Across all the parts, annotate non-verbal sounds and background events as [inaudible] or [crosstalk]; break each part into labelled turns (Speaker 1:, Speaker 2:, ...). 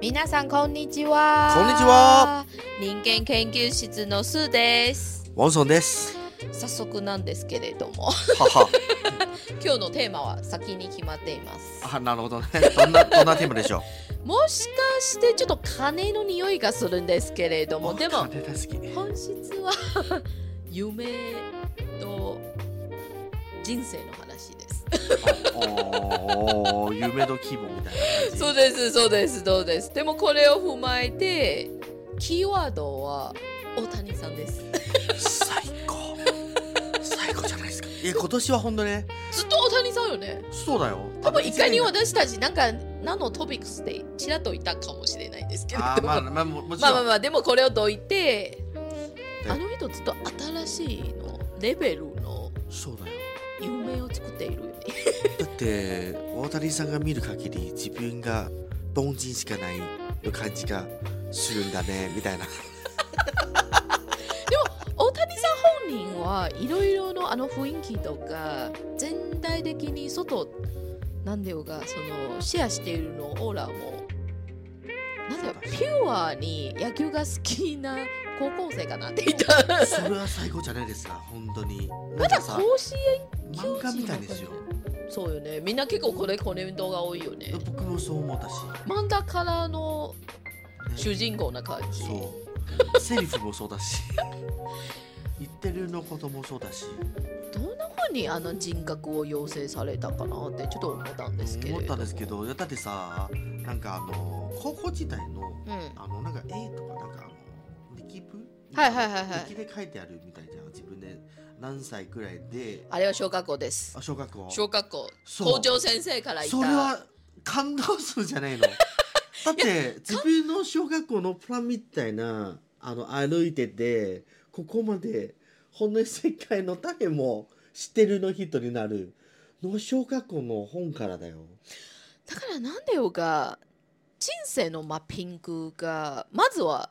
Speaker 1: 皆さんこんにちは。
Speaker 2: こんにちは。
Speaker 1: 人間研究室のスーです。
Speaker 2: ワンソンです。
Speaker 1: 早速なんですけれども、 [laughs]
Speaker 2: は
Speaker 1: 今日のテーマは先に決まっています。
Speaker 2: は。あ、なるほどね。どんな、どんなテーマでしょ
Speaker 1: もしかしてちょっと金の匂いがするんですけれど
Speaker 2: う。
Speaker 1: も、でも
Speaker 2: 金大好き。
Speaker 1: 本質は [laughs] 夢と人生の話です。 [laughs]
Speaker 2: おお、夢と希望みたいな感じ。
Speaker 1: そうで
Speaker 2: で。
Speaker 1: す、そうです、そうです。でもこれを踏まえて、キーワードは大谷さんです。
Speaker 2: 最高。最高じゃないですか。いや、今年は本当ね。
Speaker 1: [laughs] ずっと大谷さんよね。
Speaker 2: そうだよ。
Speaker 1: 多分一回に
Speaker 2: は。
Speaker 1: 私たちなんか何のトピックスでちらっといたかもしれないですけれども
Speaker 2: あー、まあ、まあ、ももち
Speaker 1: [laughs] まあ
Speaker 2: ろん。
Speaker 1: まあまあでもこれをどいて
Speaker 2: で
Speaker 1: あの人ずっと新しいのレベルの
Speaker 2: そうだよ。
Speaker 1: 夢を作っているよね
Speaker 2: だって、大谷さんが見る限り、自分が凡人しかないの感じがするんだね、み
Speaker 1: [laughs]
Speaker 2: たいな。
Speaker 1: 大谷さん本人はいろいろのあの雰囲気とか全体的に外なんでよがそのシェアしているのオーラもなんだよピュアに野球が好きな高校生かなって言った
Speaker 2: それは最高じゃないですか、本当に。な
Speaker 1: [laughs] ま
Speaker 2: んか
Speaker 1: だ
Speaker 2: さ、
Speaker 1: 甲子園
Speaker 2: 漫画みたいですよ。
Speaker 1: そうよねみんな結構これコメントが多いよね
Speaker 2: 僕もそう思ったし。
Speaker 1: 漫画からの
Speaker 2: ね
Speaker 1: 主人公な感じ [laughs]
Speaker 2: そう。セリフもそうだし。言ってるのこともそうだし。
Speaker 1: どんな風にあの人格を養成されたかなってちょっと思ったんですけれど
Speaker 2: 思ったんですけど、だってさ、なんかあの、高校時代の、
Speaker 1: うん
Speaker 2: あの、なんか絵とか、なんかあの、歴譜
Speaker 1: はいはいはいはい
Speaker 2: 歴で書いてあるみたいじゃん、自分で。何歳くらいで、
Speaker 1: あれは小学校です
Speaker 2: あ小学校。
Speaker 1: 小学校
Speaker 2: そう
Speaker 1: 校長先生からいた
Speaker 2: それは感動するじゃないの [laughs] だって自分の小学校のプランみたいなあの歩いててここまで本音世界の誰も知ってるの人になるの小学校の本からだよ
Speaker 1: だからなんでよが人生のマッピングがまずは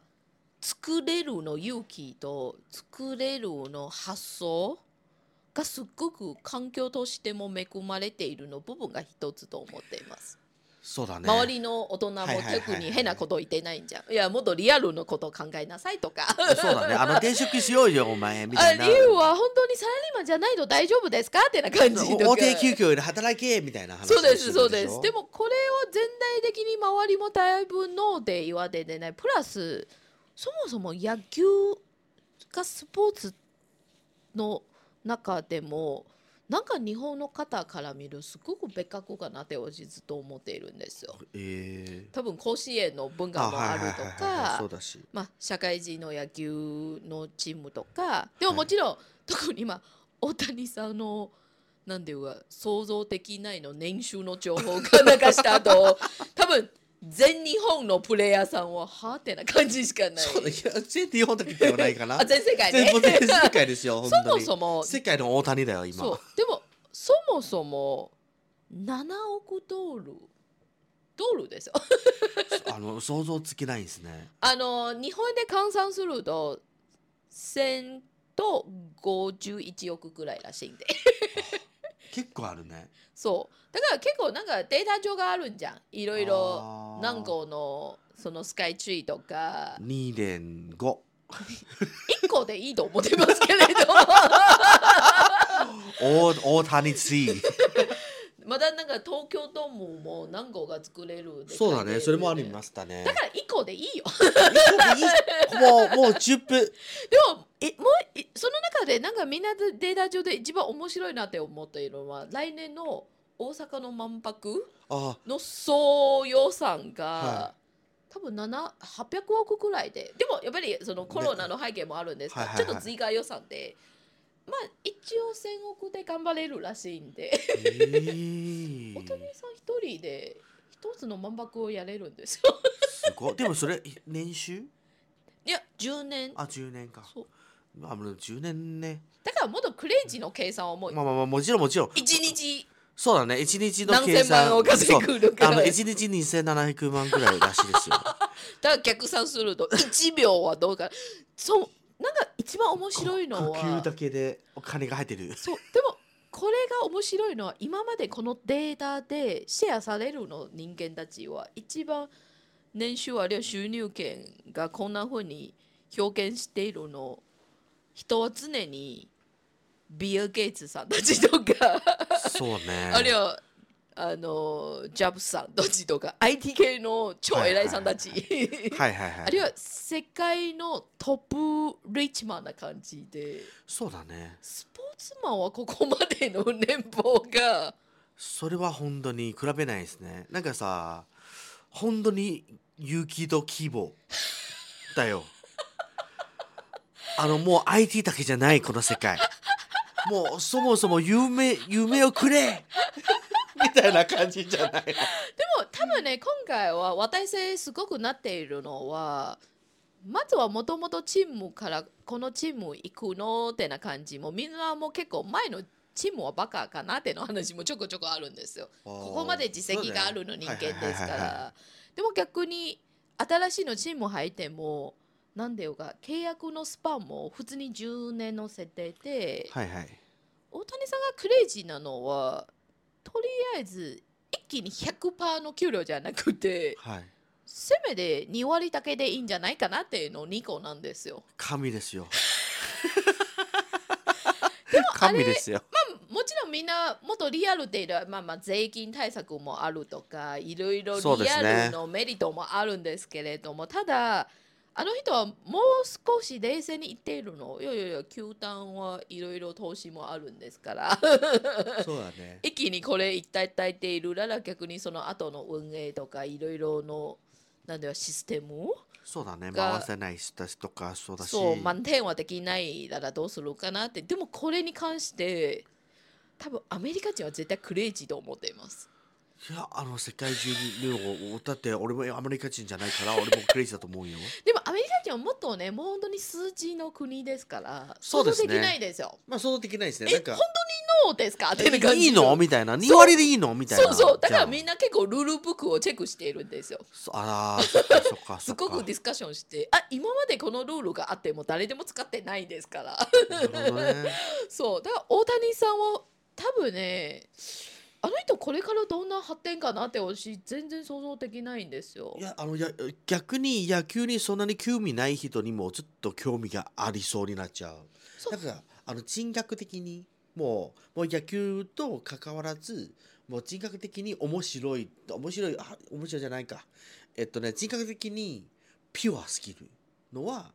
Speaker 1: 作れるの勇気と作れるの発想がすっごく環境としても恵まれているの部分が一つと思っています、
Speaker 2: そうだね
Speaker 1: 周りの大人も
Speaker 2: はいはいはいはい
Speaker 1: 特に変なこと言ってないんじゃん、いやもっとリアルのことを考えなさいとか
Speaker 2: そうだねあの転職しようよお前み
Speaker 1: あ
Speaker 2: たい
Speaker 1: 理
Speaker 2: な
Speaker 1: 由は本当にサラリーマンじゃないと大丈夫ですかってな感じとか
Speaker 2: お大手休業で働けみたいな話
Speaker 1: そうで
Speaker 2: を
Speaker 1: す
Speaker 2: てる
Speaker 1: そう
Speaker 2: し
Speaker 1: で
Speaker 2: ょ
Speaker 1: すでもこれを全体的に周りもだいぶノーで言われてないプラスそもそも野球がスポーツの中でもなんか日本の方から見るすごく別格かなって私ずっと思っているんですよ
Speaker 2: え
Speaker 1: 多分甲子園の文
Speaker 2: ー、
Speaker 1: 化もあるとか
Speaker 2: そうだし
Speaker 1: まあ、社会人の野球のチームとかでも
Speaker 2: はい
Speaker 1: もちろん、特に今大谷さんのなんていうか想像的ないの年収の情報がなんかした
Speaker 2: [laughs]
Speaker 1: 後多分全日本のプレイヤーさんははあってな感じしかない
Speaker 2: そうだいや全日本だけではないか [laughs] な
Speaker 1: あ全世界ね
Speaker 2: 全部全
Speaker 1: [laughs]
Speaker 2: 世界ですよ本
Speaker 1: そ
Speaker 2: 当
Speaker 1: も
Speaker 2: に
Speaker 1: そも
Speaker 2: 世界の大谷だよ今
Speaker 1: そうでもそもそも7億ドルドルですよ
Speaker 2: あの想像つけないんですね
Speaker 1: あの日本で換算すると1000と51億くらいらしいんで [laughs]
Speaker 2: 結構あるね
Speaker 1: そうだから結構なんかデータ上があるんじゃんい
Speaker 2: い
Speaker 1: ろいろ何個のそのスカイツリーとか1
Speaker 2: 2.5
Speaker 1: 個でいいと思ってますけれど
Speaker 2: 大大谷ツリー
Speaker 1: [laughs] [laughs] まだなんか東京ドームも何個が作れる
Speaker 2: そうだねそれもあり
Speaker 1: す
Speaker 2: ましたね
Speaker 1: だから1個でいいよ
Speaker 2: いいもうもう10分
Speaker 1: でもえもういその中でなんかみんなデータ上で一番面白いなって思っているのは来年の大阪の万博
Speaker 2: あ
Speaker 1: の総予算が、
Speaker 2: は
Speaker 1: 多分7 800億くらいででもやっぱりそのコロナの背景もあるんですが、
Speaker 2: はいはいはい
Speaker 1: ちょっと追加予算でまあ一応1,000億で頑張れるらしいんで
Speaker 2: えー
Speaker 1: 大谷さん一人で一つの万博をやれるんですよ。
Speaker 2: すごいでもそれ年収
Speaker 1: いや10年
Speaker 2: あ10年か
Speaker 1: そう
Speaker 2: まあもう10年ね
Speaker 1: だからもっとクレイジーの計算をもう
Speaker 2: まあまあまあもちろんもちろん
Speaker 1: 1日
Speaker 2: そうだね一日の
Speaker 1: 何
Speaker 2: 計
Speaker 1: 千
Speaker 2: 算
Speaker 1: 万を稼
Speaker 2: そう
Speaker 1: ぐのか
Speaker 2: あ
Speaker 1: ら
Speaker 2: の
Speaker 1: だ
Speaker 2: 一日2700万くらいらしいですよ
Speaker 1: から逆算すると1秒はどうかそうなんか一番面白いのは。
Speaker 2: 呼吸だけでお金が入ってる
Speaker 1: そうでもこれが面白いのは今までこのデータでシェアされるの人間たちは一番年収あるいは収入権がこんな風に表現しているのを人は常にビア・ゲイツさんたちと
Speaker 2: [laughs]
Speaker 1: か
Speaker 2: そう
Speaker 1: [laughs]
Speaker 2: ね
Speaker 1: あるいはあのジャブさんたちとか IT 系の超偉いさんたち、
Speaker 2: はいはいはい
Speaker 1: あるいは世界のトップリッチマンな感じで
Speaker 2: そうだね
Speaker 1: スポーツマンはここまでの年俸が
Speaker 2: それは本当に比べないですねなんかさ本当に勇気と希望だよあのもう IT だけじゃないこの世界もうそもそも夢夢をくれみたいな感じじゃない
Speaker 1: でも多分ね、今回は話題性すごくなっているのはまずはもともとチームからこのチーム行くのってな感じもみんなもう結構前のチームはバカかなっての話もちょこちょこあるんですよ。ここまで実績があるの人間ですか
Speaker 2: はいはいはいは
Speaker 1: ら。でも逆に新しいのチーム入ってもなんだよが契約のスパンも普通に10年の設定で、
Speaker 2: はいはい
Speaker 1: 大谷さんがクレイジーなのはとりあえず一気に100%の給料じゃなくて
Speaker 2: はい
Speaker 1: せめて2割だけでいいんじゃないかなっていうの2個なんですよ。
Speaker 2: 神で
Speaker 1: [laughs]
Speaker 2: すよ
Speaker 1: あれ
Speaker 2: 神ですよ
Speaker 1: もちろんみんなもっとリアルでいる、まあ、まあ税金対策もあるとかいろいろ
Speaker 2: そうで
Speaker 1: リ
Speaker 2: すね
Speaker 1: アルのメリットもあるんですけれども、ただあの人はもう少し冷静に言っているのいやいやいや球団はいろいろ投資もあるんですから
Speaker 2: そうだね
Speaker 1: 一気にこれ一体体っているなら逆にその後の運営とかいろいろのなんだよシステム
Speaker 2: そうだね
Speaker 1: が
Speaker 2: 回せない人たちとかそうだし
Speaker 1: そう満点はできないならどうするかなってでもこれに関して多分アメリカ人は絶対クレイジーと思っています
Speaker 2: いやあの世界中にもうだって俺もアメリカ人じゃないから俺もクレイジーだと思うよ
Speaker 1: でもアメリカ人はもっとねもう本当に数字の国ですから
Speaker 2: そうです
Speaker 1: 想像
Speaker 2: ね
Speaker 1: できないですよ
Speaker 2: [laughs] まあ想像できないですね
Speaker 1: え
Speaker 2: なんか
Speaker 1: どうですかっていう感じ
Speaker 2: いいのみたいな2割でいいのみたい
Speaker 1: そ
Speaker 2: な
Speaker 1: うそうだからみん
Speaker 2: な
Speaker 1: な結構ルールブックをチェックしているんですよ
Speaker 2: あらそっかそっか
Speaker 1: すごくディ
Speaker 2: す
Speaker 1: スカッションしてあ今までこのルールがあっても誰でも使ってないですから
Speaker 2: なるほどね
Speaker 1: そうだから大谷さんは多分ねあの人これからどんな発展かなって私全然想像できないんですよ
Speaker 2: いやあのや逆に野球にそんなに興味ない人にもちょっと興味がありそうになっちゃう
Speaker 1: そう
Speaker 2: だからあの人格的にもうもう野球と関わらずもう人格的に面白い面白いあ面白いじゃないかえっとね人格的にピュアすぎるのは
Speaker 1: だか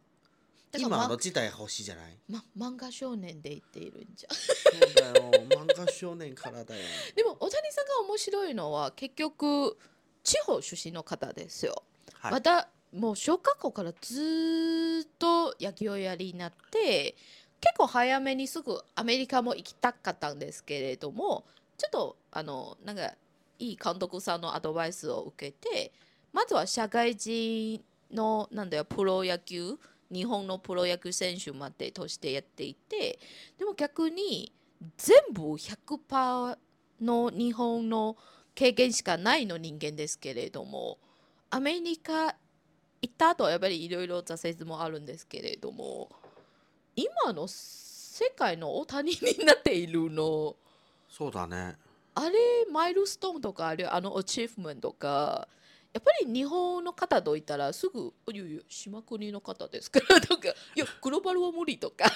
Speaker 1: ら
Speaker 2: 今
Speaker 1: ま
Speaker 2: の時代欲しいじゃない
Speaker 1: ま、漫画少年で言っているんじゃ
Speaker 2: そうだよ漫画少年からだよ
Speaker 1: でも大谷さんが面白いのは結局地方出身の方ですよ、
Speaker 2: はい
Speaker 1: またもう小学校からずっと野球をやりになって結構早めにすぐアメリカも行きたかったんですけれどもちょっとあのなんかいい監督さんのアドバイスを受けてまずは社会人のなんだよプロ野球日本のプロ野球選手までとしてやっていてでも逆に全部100%の日本の経験しかないの人間ですけれどもアメリカ行った後はやっぱりいろいろ挫折もあるんですけれども今の世界の大谷になっているの
Speaker 2: そうだ [laughs] ね
Speaker 1: あれマイルストーンとかあれあのアチーフメントとかやっぱり日本の方といたらすぐ「いやいや島国の方ですから」とか「いやグローバルは無理」とか
Speaker 2: あ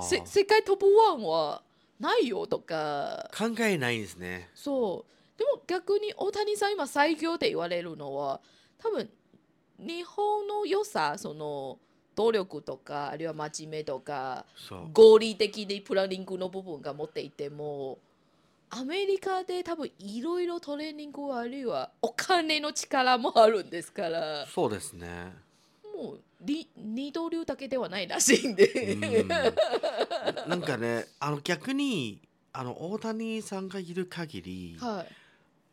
Speaker 1: 「せ
Speaker 2: ー
Speaker 1: 世界トップワンはないよ」とか
Speaker 2: 考えないですね
Speaker 1: そうでも逆に大谷さん今最強って言われるのは多分日本の良さその努力とかあるいは真面目とか
Speaker 2: そう
Speaker 1: 合理的でプランニングの部分が持っていてもアメリカで多分いろいろトレーニングあるいはお金の力もあるんですから
Speaker 2: そうですね
Speaker 1: もうり二刀流だけではないらしいんで、
Speaker 2: うんなんかねあの逆にあの大谷さんがいる限り、
Speaker 1: はい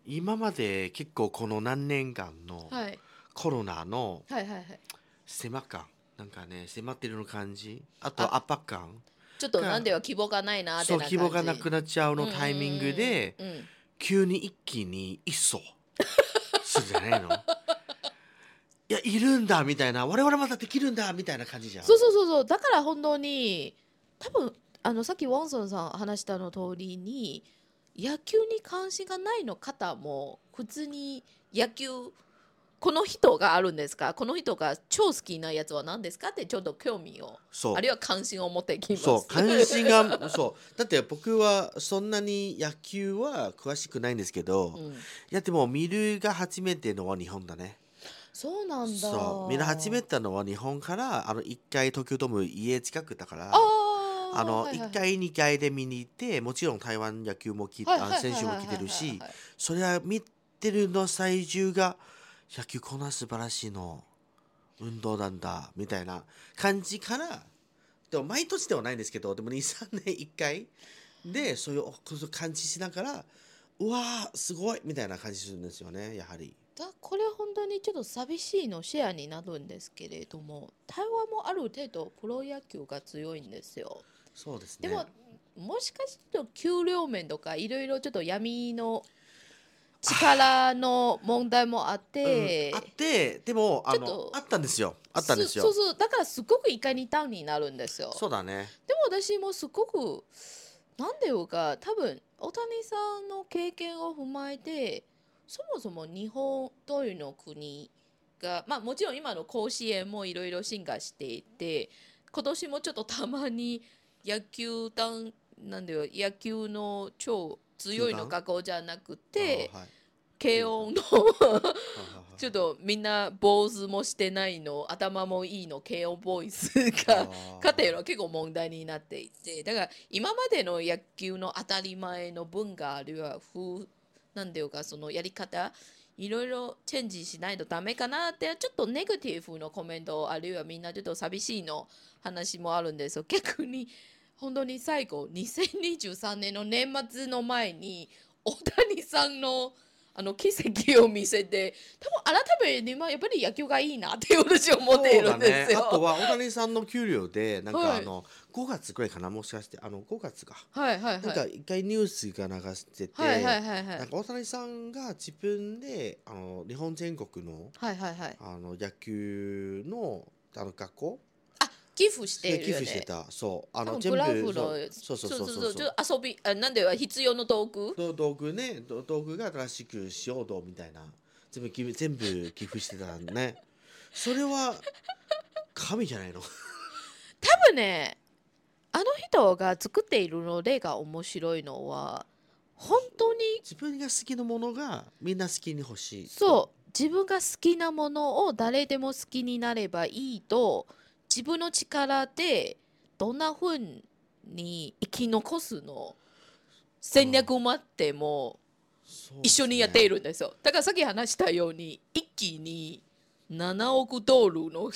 Speaker 2: 今まで結構この何年間の
Speaker 1: はい
Speaker 2: コロナの
Speaker 1: はいはいはい
Speaker 2: 狭感なんかね迫ってるの感じあと
Speaker 1: あ
Speaker 2: 圧迫感
Speaker 1: ちょっとなんでは希望がないなって
Speaker 2: そう
Speaker 1: な感じ
Speaker 2: 規模がなくなっちゃうのタイミングで
Speaker 1: うんうんうんうん
Speaker 2: 急に一気に一層 [laughs] するんじゃな
Speaker 1: [laughs]
Speaker 2: いのいやいるんだみたいな我々まだできるんだみたいな感じじゃん
Speaker 1: そうそうそうそうだから本当に多分あのさっきウォンソンさん話したの通りに野球に関心がないの方も普通に野球この人があるんですかこの人が超好きなやつは何ですかってちょっと興味を
Speaker 2: そう
Speaker 1: あるいは関心を持ってきます
Speaker 2: そう関心が [laughs] そうだって僕はそんなに野球は詳しくないんですけど、
Speaker 1: うん
Speaker 2: いやでも見るが初めてのは日本だね
Speaker 1: そうなんだ
Speaker 2: そう見る始めたのは日本からあの1階東京ドーム家近くだから
Speaker 1: あー
Speaker 2: あの
Speaker 1: はいはい
Speaker 2: 1階2階で見に行ってもちろん台湾野球もき
Speaker 1: はいはいはい
Speaker 2: あ
Speaker 1: はい
Speaker 2: 選手も
Speaker 1: はい
Speaker 2: 来てる
Speaker 1: はい
Speaker 2: し
Speaker 1: はい
Speaker 2: それは見てるの最中が野球こんな素晴らしいの運動なんだみたいな感じからでも毎年ではないんですけどでも23年1回でそういうこと感じしながらうわーすごいみたいな感じするんですよねやはり。
Speaker 1: だこれ本当にちょっと寂しいのシェアになるんですけれども台湾もある程度プロ野球が強いんですよ
Speaker 2: そうですね
Speaker 1: でも、もしかすると給料面とかいろいろちょっと闇の力の問題もあっ
Speaker 2: う
Speaker 1: て
Speaker 2: ん、あってでもあ
Speaker 1: ちょ
Speaker 2: の
Speaker 1: っと
Speaker 2: あったんですよあったんですよ
Speaker 1: そそうそうだからすごくいかにタウンになるんですよ
Speaker 2: そうだね
Speaker 1: でも私もすごくなんでよか多分大谷さんの経験を踏まえてそもそも日本というの国がまあもちろん今の甲子園もいろいろ進化していて今年もちょっとたまに野球団なんだよ野球の超強いの学校じゃなくて
Speaker 2: あはい
Speaker 1: 慶応の
Speaker 2: はいはいは
Speaker 1: [laughs]
Speaker 2: い
Speaker 1: ちょっとみんな坊主もしてないの頭もいいの慶応ボーイス
Speaker 2: あ
Speaker 1: が
Speaker 2: ー
Speaker 1: かというのは結構問題になっていてだから今までの野球の当たり前の文化あるいは風なんていうかそのやり方いろいろチェンジしないとダメかなってちょっとネガティブのコメントあるいはみんなちょっと寂しいの話もあるんですよ逆に本当に最後2023年の年末の前に大谷さんのあの奇跡を見せて多分改めて今やっぱり野球がいいなって私は思っているんですよ。
Speaker 2: そうだね、あとは大谷さんの給料でなんか
Speaker 1: はい
Speaker 2: あの、5月ぐらいかなもしかしてあの5月か、
Speaker 1: はいはいはい。
Speaker 2: なんか一回ニュースが流してて、
Speaker 1: はいはいはいはい
Speaker 2: なんか大谷さんが自分であの日本全国の
Speaker 1: はいはいはい
Speaker 2: あの野球のあの学校
Speaker 1: 寄付し
Speaker 2: それ
Speaker 1: ている
Speaker 2: 寄
Speaker 1: よ
Speaker 2: 付して
Speaker 1: ね
Speaker 2: たそうあ
Speaker 1: 多
Speaker 2: の
Speaker 1: 分
Speaker 2: 全
Speaker 1: グ
Speaker 2: 部
Speaker 1: ラフの
Speaker 2: そうそうそうそうそう
Speaker 1: ちょっと遊びあなんでは必要の道具
Speaker 2: ど道具ねど道具が新しくしようどうみたいな全部寄付全部寄付してたんねそれは神じゃないの
Speaker 1: 多分ねあの人が作っているの例が面白いのは本当に
Speaker 2: 自分が好きなものがみんな好きに欲しい
Speaker 1: そう自分が好きなものを誰でも好きになればいいと自分の力でどんなふうに生き残すの戦略を待っても、
Speaker 2: そう
Speaker 1: 一緒にやってい
Speaker 2: る
Speaker 1: るんですよ。だからさっき話したように一気に7億ドルのも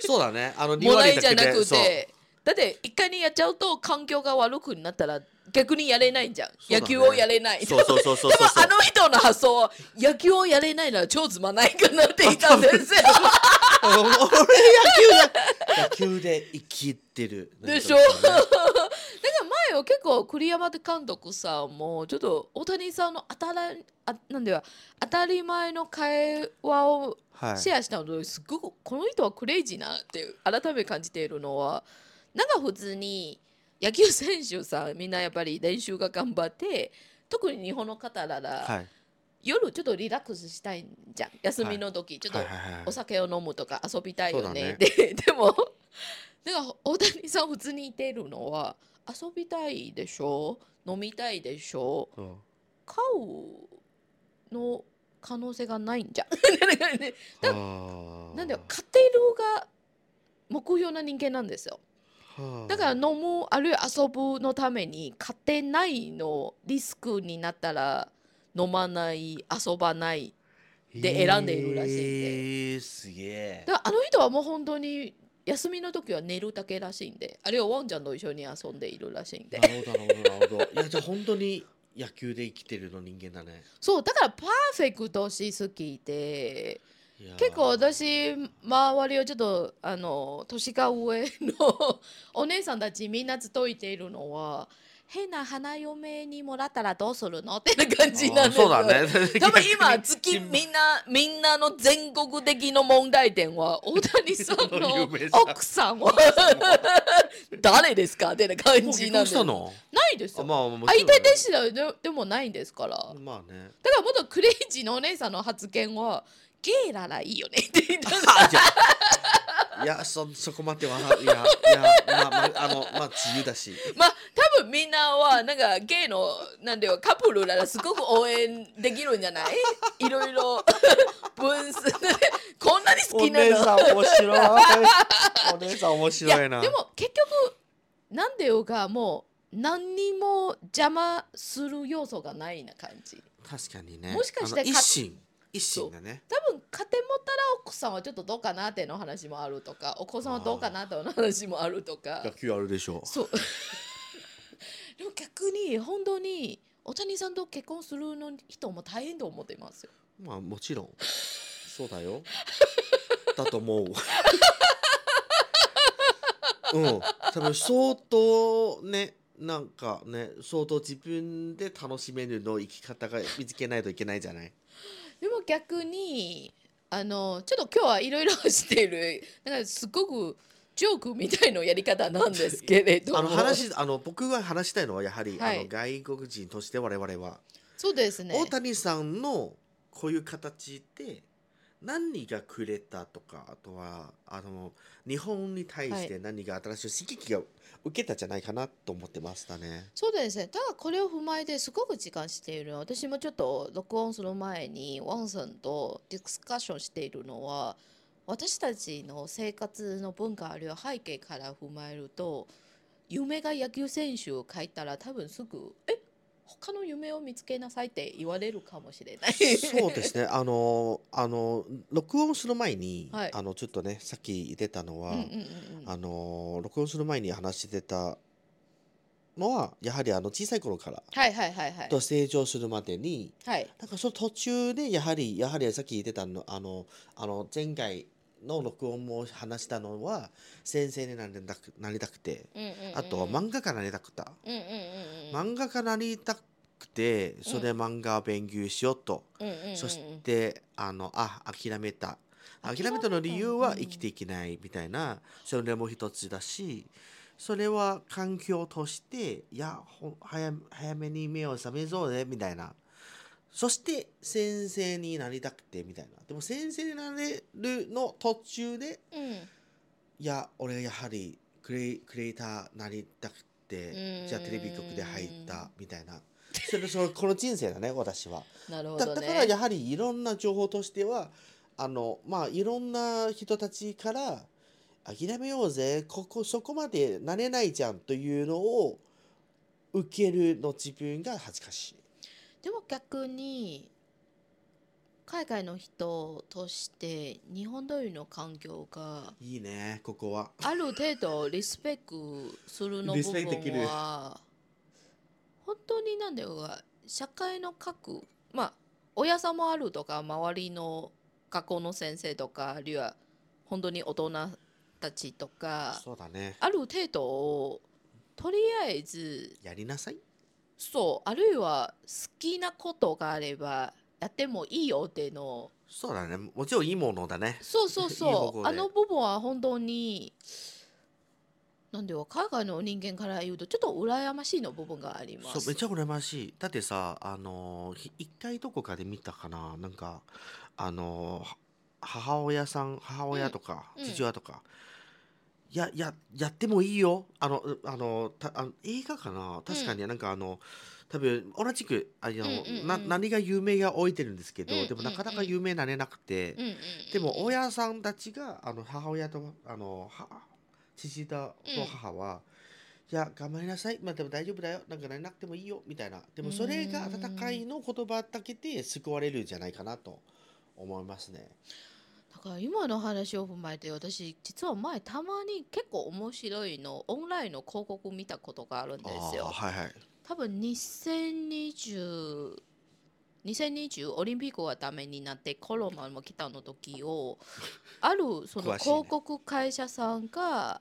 Speaker 2: そうだねあの
Speaker 1: らいじゃなく
Speaker 2: そう
Speaker 1: てだって一回にやっちゃうと環境が悪くなったら逆にやれないじゃん、
Speaker 2: そうだね
Speaker 1: 野球をやれない。
Speaker 2: そうそうそうそう
Speaker 1: で
Speaker 2: そ
Speaker 1: も
Speaker 2: う
Speaker 1: [laughs] あの人の発想は野球をやれないなら超つまんないかなって言ったんですよ。
Speaker 2: あの俺野球が野球で生きてる
Speaker 1: でしょ
Speaker 2: なんかね
Speaker 1: だから前は結構栗山監督さんもちょっと大谷さんの当たらあなんだよ当たり前の会話を
Speaker 2: はい
Speaker 1: シェアしたのですごくこの人はクレイジーなって改めて感じているのはなんか普通に野球選手さんみんなやっぱり練習が頑張って特に日本の方なら、
Speaker 2: はい
Speaker 1: 夜ちょっとリラックスしたいんじゃん休みの時、ちょっと
Speaker 2: はいはいはい
Speaker 1: お酒を飲むとか遊びたいよ
Speaker 2: そうだ
Speaker 1: ね
Speaker 2: ね
Speaker 1: で [laughs] でもなんか大谷さん普通にいてるのは遊びたいでしょ飲みたいでしょ
Speaker 2: うん
Speaker 1: 買うの可能性がないんじゃん。 [laughs] なんかねだ
Speaker 2: はあ
Speaker 1: なんだよ家庭が目標な人間なんですよ
Speaker 2: はあ
Speaker 1: だから飲むあるいは遊ぶのために家庭内のリスクになったら飲まない遊ばないで選んでいるらしいんで
Speaker 2: えー、すげえ
Speaker 1: だからあの人はもう本当に休みの時は寝るだけらしいんであるいはワンちゃんと一緒に遊んでいるらしいんで
Speaker 2: なるほどなるほどなるほどいやじゃあ本当に野球で生きてるの人間だね
Speaker 1: そうだからパーフェクトしすぎて
Speaker 2: いやー
Speaker 1: 結構私周りをちょっとあの年が上のお姉さんたちみんなつといているのは変な花嫁にもらったらどうするのってな感じなんです
Speaker 2: あ
Speaker 1: よ
Speaker 2: ーそうだね
Speaker 1: 多分
Speaker 2: [laughs]
Speaker 1: 今月
Speaker 2: 逆に
Speaker 1: みんなみんなの全国的の問題点は大谷さん
Speaker 2: の
Speaker 1: の
Speaker 2: 夢さん
Speaker 1: 奥さんは誰ですかってな感
Speaker 2: もう
Speaker 1: じ
Speaker 2: 結
Speaker 1: なんで
Speaker 2: 婚し
Speaker 1: す
Speaker 2: たの
Speaker 1: ないです
Speaker 2: あ
Speaker 1: よ
Speaker 2: まあもちろん
Speaker 1: 相手でしたよででもないんですから [laughs]
Speaker 2: まあね
Speaker 1: だから元クレイジーのお姉さんの発言はゲイならいいよねって言ったの
Speaker 2: あじゃ [laughs] あいやそそこまではいやいやまあまああのまあ自由だし
Speaker 1: まあ多分みんなはなんかゲイのなんだよカップルならすごく応援できるんじゃ
Speaker 2: [laughs]
Speaker 1: ないいろいろ [laughs] 分数こんなに好
Speaker 2: お
Speaker 1: きな
Speaker 2: 姉さ
Speaker 1: の
Speaker 2: ん面白いお姉さん面
Speaker 1: い
Speaker 2: 白
Speaker 1: や
Speaker 2: いな
Speaker 1: でも結局なんでよがもう何にも邪魔する要素がないな感じ
Speaker 2: 確かにね
Speaker 1: もしかして
Speaker 2: あの一心一心がね
Speaker 1: 多分家庭持ったら奥さんはちょっとどうかなっての話もあるとかお子さんはどうかなっての話もあるとか
Speaker 2: 野球あるでしょ
Speaker 1: そう [laughs] でも逆に本当にお谷さんと結婚するの人も大変と思ってますよ
Speaker 2: まあもちろんそうだよだと思う [laughs] うん多分相当ねなんかね相当自分で楽しめるの生き方が見つけないといけないじゃない
Speaker 1: でも逆にあのちょっと今日はいろいろしてるなんかすごくジョークみたいなやり方なんですけれども
Speaker 2: あの話あの僕が話したいのはやはり、
Speaker 1: はい
Speaker 2: あの外国人として我々は、
Speaker 1: そうですね
Speaker 2: 大谷さんのこういう形で何がくれたとかあとはあの日本に対して何が新しい刺激が受けたじゃないかなと思ってました
Speaker 1: [laughs]
Speaker 2: ね。
Speaker 1: そうですね。ただこれを踏まえてすごく時間しているのは私もちょっと録音する前にワンさんとディスカッションしているのは私たちの生活の文化あるいは背景から踏まえると夢が野球選手を書いたら多分すぐ「え他の夢を見つけなさい」って言われるかもしれない。
Speaker 2: そうですねあのあの録音する前に、
Speaker 1: はい
Speaker 2: あのちょっとねさっき言ってたの
Speaker 1: うん
Speaker 2: は、
Speaker 1: うんうんうん
Speaker 2: あの録音する前に話してたのはやはりあの小さい頃から、
Speaker 1: はいはいはいはい
Speaker 2: と。成長するまでに
Speaker 1: はい。
Speaker 2: なんかその途中でやはりやはりさっき言ってたのあのあの前回の録音も話したのは先生になりたくなりたくて
Speaker 1: うんうんうん
Speaker 2: あとは漫画家になりたくた
Speaker 1: うんうんうんうん
Speaker 2: 漫画家になりたくてそれで漫画を勉強しようと、
Speaker 1: うんうんうんうん
Speaker 2: そしてあのあ諦めた
Speaker 1: 諦
Speaker 2: 諦
Speaker 1: めた
Speaker 2: めたの理由は
Speaker 1: うん
Speaker 2: 生きていけないみたいなそれも一つだしそれは環境としていやほん早め早めに目を覚めそうねみたいなそして先生になりたくてみたいなでも先生になれるの途中で
Speaker 1: うん
Speaker 2: いや俺やはりクリエイクリエイターになりたく
Speaker 1: う
Speaker 2: て
Speaker 1: ん
Speaker 2: じゃあテレビ局で入ったみたいなそれそ [laughs] のこの人生だね私は。
Speaker 1: なるほ
Speaker 2: だ
Speaker 1: ど
Speaker 2: だ
Speaker 1: ね。
Speaker 2: からやはりいろんな情報としてはあのまあいろんな人たちから諦めようぜここそこまでなれないじゃんというのを受けるの自分が恥ずかしい。
Speaker 1: でも逆に海外の人として日本通りの環境が
Speaker 2: いいねここは。
Speaker 1: ある程度リスペクトするの部
Speaker 2: リスペクトできる
Speaker 1: 分は本当になんだろうが社会の各まあ親さんもあるとか周りの学校の先生とかあるいは本当に大人たちとか
Speaker 2: そうだね。
Speaker 1: ある程度をとりあえず
Speaker 2: やりなさい。
Speaker 1: そうあるいは好きなことがあればやってもいいよっていうのを
Speaker 2: そうだね。もちろんいいものだね。
Speaker 1: そうそう
Speaker 2: いい方
Speaker 1: そ
Speaker 2: 向
Speaker 1: う
Speaker 2: で
Speaker 1: あの部分は本当になんでは海外の人間から言うとちょっと羨ましいの部分がありま
Speaker 2: そう
Speaker 1: す。
Speaker 2: めちゃ羨ましい。だってさあのひ一回どこかで見たかななんかあのは母親さん母親とか、
Speaker 1: うんうん
Speaker 2: 父親とか、やややってもいいよあのうあのたあの映画かな確かになんかあの、多分同じくあの、
Speaker 1: うんうんうん
Speaker 2: な何が有名が置いてるんですけど、
Speaker 1: うんうんうん
Speaker 2: でもなかなか有名になれなくて、
Speaker 1: うんうんうん
Speaker 2: でも親さんたちがあの母親とあのは父と母は、いや頑張りなさい、まあ、でも大丈夫だよなんかなれなくてもいいよみたいなでもそれが
Speaker 1: うーん
Speaker 2: 温かいの言葉だけで救われるんじゃないかなと思いますね。
Speaker 1: だから今の話を踏まえて私実は前たまに結構面白いのオンラインの広告見たことがあるんですよ
Speaker 2: あー。はいはい。
Speaker 1: 多分2020 2020オリンピックがダメになってコロナも来たの時を [laughs] あるその
Speaker 2: 詳しいね
Speaker 1: 広告会社さんが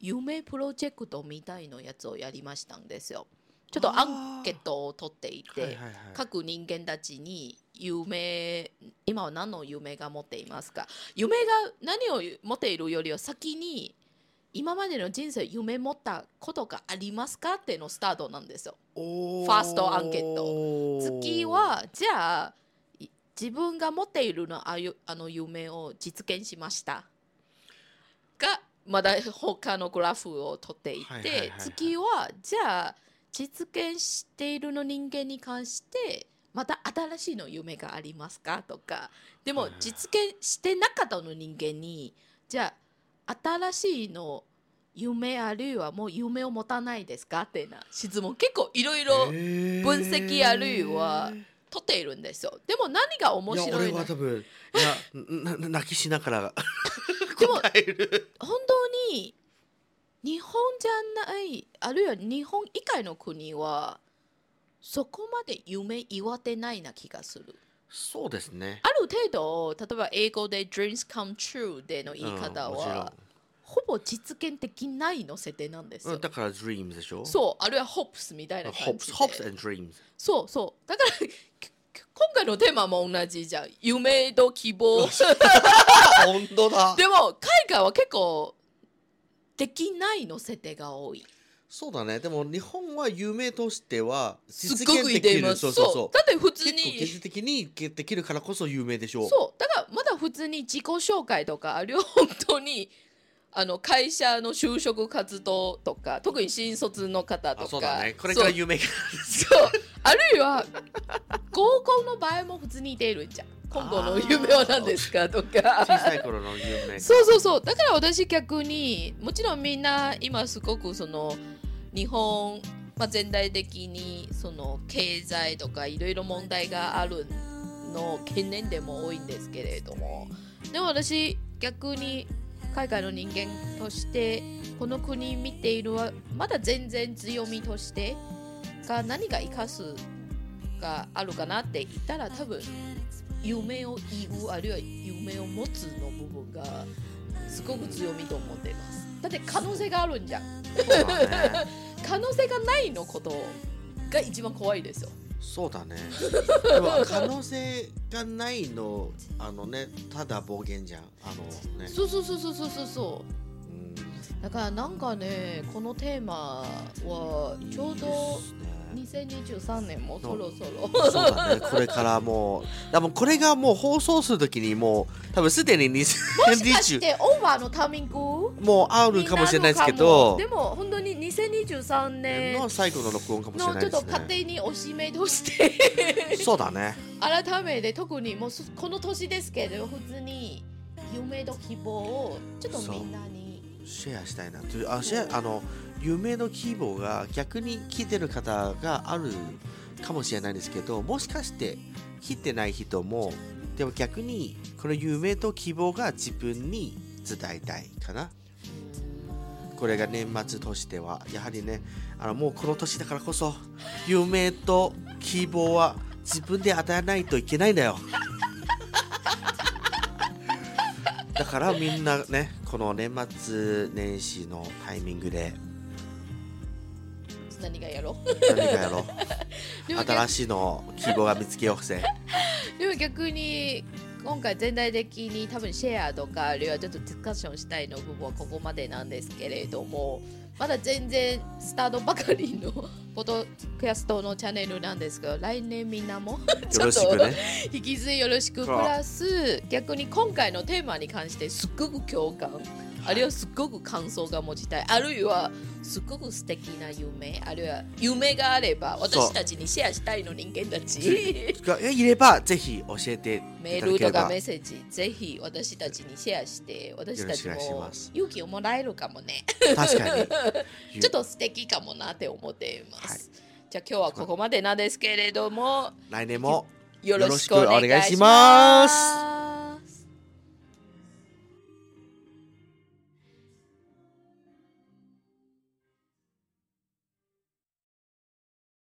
Speaker 1: 夢プロジェクトみたいのやつをやりましたんですよ。ちょっとアンケートを取っていて、
Speaker 2: はいはいはい、
Speaker 1: 各人間たちに夢今は何の夢が持っていますか夢が何を持っているよりは先に今までの人生夢持ったことがありますかっていうのスタートなんですよ。
Speaker 2: フ
Speaker 1: ファーストアンケート
Speaker 2: ト
Speaker 1: 次はじゃあい自分が持っているのあゆあの夢を実現しましたがまだ他のグラフを取ってい
Speaker 2: はいはいはい
Speaker 1: て
Speaker 2: はい
Speaker 1: 次はじゃあ実現しているの人間に関してまた新しいの夢がありますかとかで
Speaker 2: は
Speaker 1: も
Speaker 2: いはい
Speaker 1: 実現してなかったの人間にじゃあ新しいの夢あるいはもう夢を持たないですかってな質問結構いろいろ
Speaker 2: 分
Speaker 1: 析あるいは取っているんですよでも何が面
Speaker 2: いや
Speaker 1: 白
Speaker 2: 俺
Speaker 1: いの
Speaker 2: は多分いやなな泣きしながら
Speaker 1: でも
Speaker 2: 答える
Speaker 1: 本当に日本じゃないあるいは日本以外の国はそこまで夢言わてないな気がする
Speaker 2: そうですね
Speaker 1: ある程度例えば英語で「dreams come true」での言い方
Speaker 2: うんもちろん
Speaker 1: は、ほぼ実現できないの設定なんです
Speaker 2: う
Speaker 1: よ
Speaker 2: ん、だから dreams でしょう
Speaker 1: そうあるいは「hopes」みたいな感
Speaker 2: hopes
Speaker 1: じ
Speaker 2: hopes
Speaker 1: で [laughs]
Speaker 2: and dreams
Speaker 1: そうそうだから今回のテーマも同じじゃん夢と希望
Speaker 2: あ本当だ
Speaker 1: でも海外は結構できないの設定が多い。
Speaker 2: そうだねでも日本は夢としては
Speaker 1: すっ
Speaker 2: 実
Speaker 1: ごく
Speaker 2: 現
Speaker 1: い
Speaker 2: で
Speaker 1: て
Speaker 2: き
Speaker 1: いま
Speaker 2: る
Speaker 1: す。
Speaker 2: そうそうそう
Speaker 1: だって普通
Speaker 2: 結構
Speaker 1: に
Speaker 2: 技術的にできるからこそ有名でしょ
Speaker 1: そうだからまだ普通に自己紹介とかあるいは本当にあの会社の就職活動とか特に新卒の方と
Speaker 2: あ
Speaker 1: か
Speaker 2: そうだねこれから
Speaker 1: そう
Speaker 2: 夢が
Speaker 1: そうあるいは合コンの場合も普通に出るじゃん今後の夢は何ですかとか
Speaker 2: 小さい頃の夢
Speaker 1: そうそうそうだから私逆にもちろんみんな今すごくその日本、まあ、全体的にその経済とかいろいろ問題があるの懸念でも多いんですけれどもでも私逆に海外の人間としてこの国見ているはまだ全然強みとしてが何が生かすがあるかなって言ったら多分夢を言うあるいは夢を持つの部分がすごく強みと思っていますだって可能性があるんじゃん
Speaker 2: そうだね
Speaker 1: 可能性がないのことが一番怖いですよ
Speaker 2: そうだねでも可能性がないのあのねただ暴言じゃんあのね
Speaker 1: そうそうそうそうそうそうそう
Speaker 2: うん
Speaker 1: だからなんかねこのテーマはちょうど
Speaker 2: いいですね
Speaker 1: 2023年もそろそろ
Speaker 2: そうだねこれからもうでもこれがもう放送するときにもう多分すでに
Speaker 1: もしかし
Speaker 2: 2020
Speaker 1: てオーバーのタイミング
Speaker 2: もうあるかもしれないですけど
Speaker 1: でも本当に2023年
Speaker 2: の
Speaker 1: の
Speaker 2: 最後の録音かもし
Speaker 1: ち
Speaker 2: れ
Speaker 1: ょ
Speaker 2: ない
Speaker 1: っ
Speaker 2: で
Speaker 1: と
Speaker 2: す
Speaker 1: 勝
Speaker 2: ね
Speaker 1: 手におしめとして
Speaker 2: そうだね
Speaker 1: 改めて特にもうそこの年ですけど普通に夢と希望をちょっとみんなに
Speaker 2: シェアしたいなというあシェアあの夢の希望が逆に聞いてる方があるかもしれないですけどもしかして聞いてない人もでも逆にこの夢と希望が自分に伝えたいかなこれが年末としてはやはりねあのもうこの年だからこそ夢と希望は自分で与えないといけないんだよだからみんなねこの年末年始のタイミングで
Speaker 1: 何がやろう
Speaker 2: 何かやろ
Speaker 1: で
Speaker 2: う
Speaker 1: も
Speaker 2: [laughs] 新しいの希望が見つけようぜ
Speaker 1: でも逆に今回全体的に多分シェアとかあるいはちょっとディスカッションしたいの部分はここまでなんですけれどもまだ全然スタートばかりのポッドキャストのチャンネルなんですけど来年みんなも [laughs] ち
Speaker 2: よ
Speaker 1: ょ
Speaker 2: ろ
Speaker 1: っ
Speaker 2: しく
Speaker 1: と
Speaker 2: ね
Speaker 1: 引き続きよろしくプラス逆に今回のテーマに関してすっごく共感あるいはすっごく感想が持ちたいあるいはすっごく素敵な夢あるいは夢があれば
Speaker 2: そう
Speaker 1: 私たちにシェアしたいの人間た
Speaker 2: ぜ
Speaker 1: ち。
Speaker 2: がいればぜひ教えて
Speaker 1: [laughs] メー
Speaker 2: いただ
Speaker 1: ル
Speaker 2: けれ
Speaker 1: とか
Speaker 2: ば
Speaker 1: メッセージ、ぜひ私たちにシェアして、私たち
Speaker 2: よろしくお願いし
Speaker 1: も
Speaker 2: ます
Speaker 1: 勇気をもらえるかもね。
Speaker 2: 確かに
Speaker 1: [laughs] ちょっと素敵かもなって思っていま
Speaker 2: はい
Speaker 1: す。じゃあ今日はここまでなんですけれども、
Speaker 2: 来年も
Speaker 1: よろしくお
Speaker 2: よろしく
Speaker 1: 願
Speaker 2: お願
Speaker 1: い
Speaker 2: い
Speaker 1: し
Speaker 2: し
Speaker 1: ま
Speaker 2: ます
Speaker 1: す。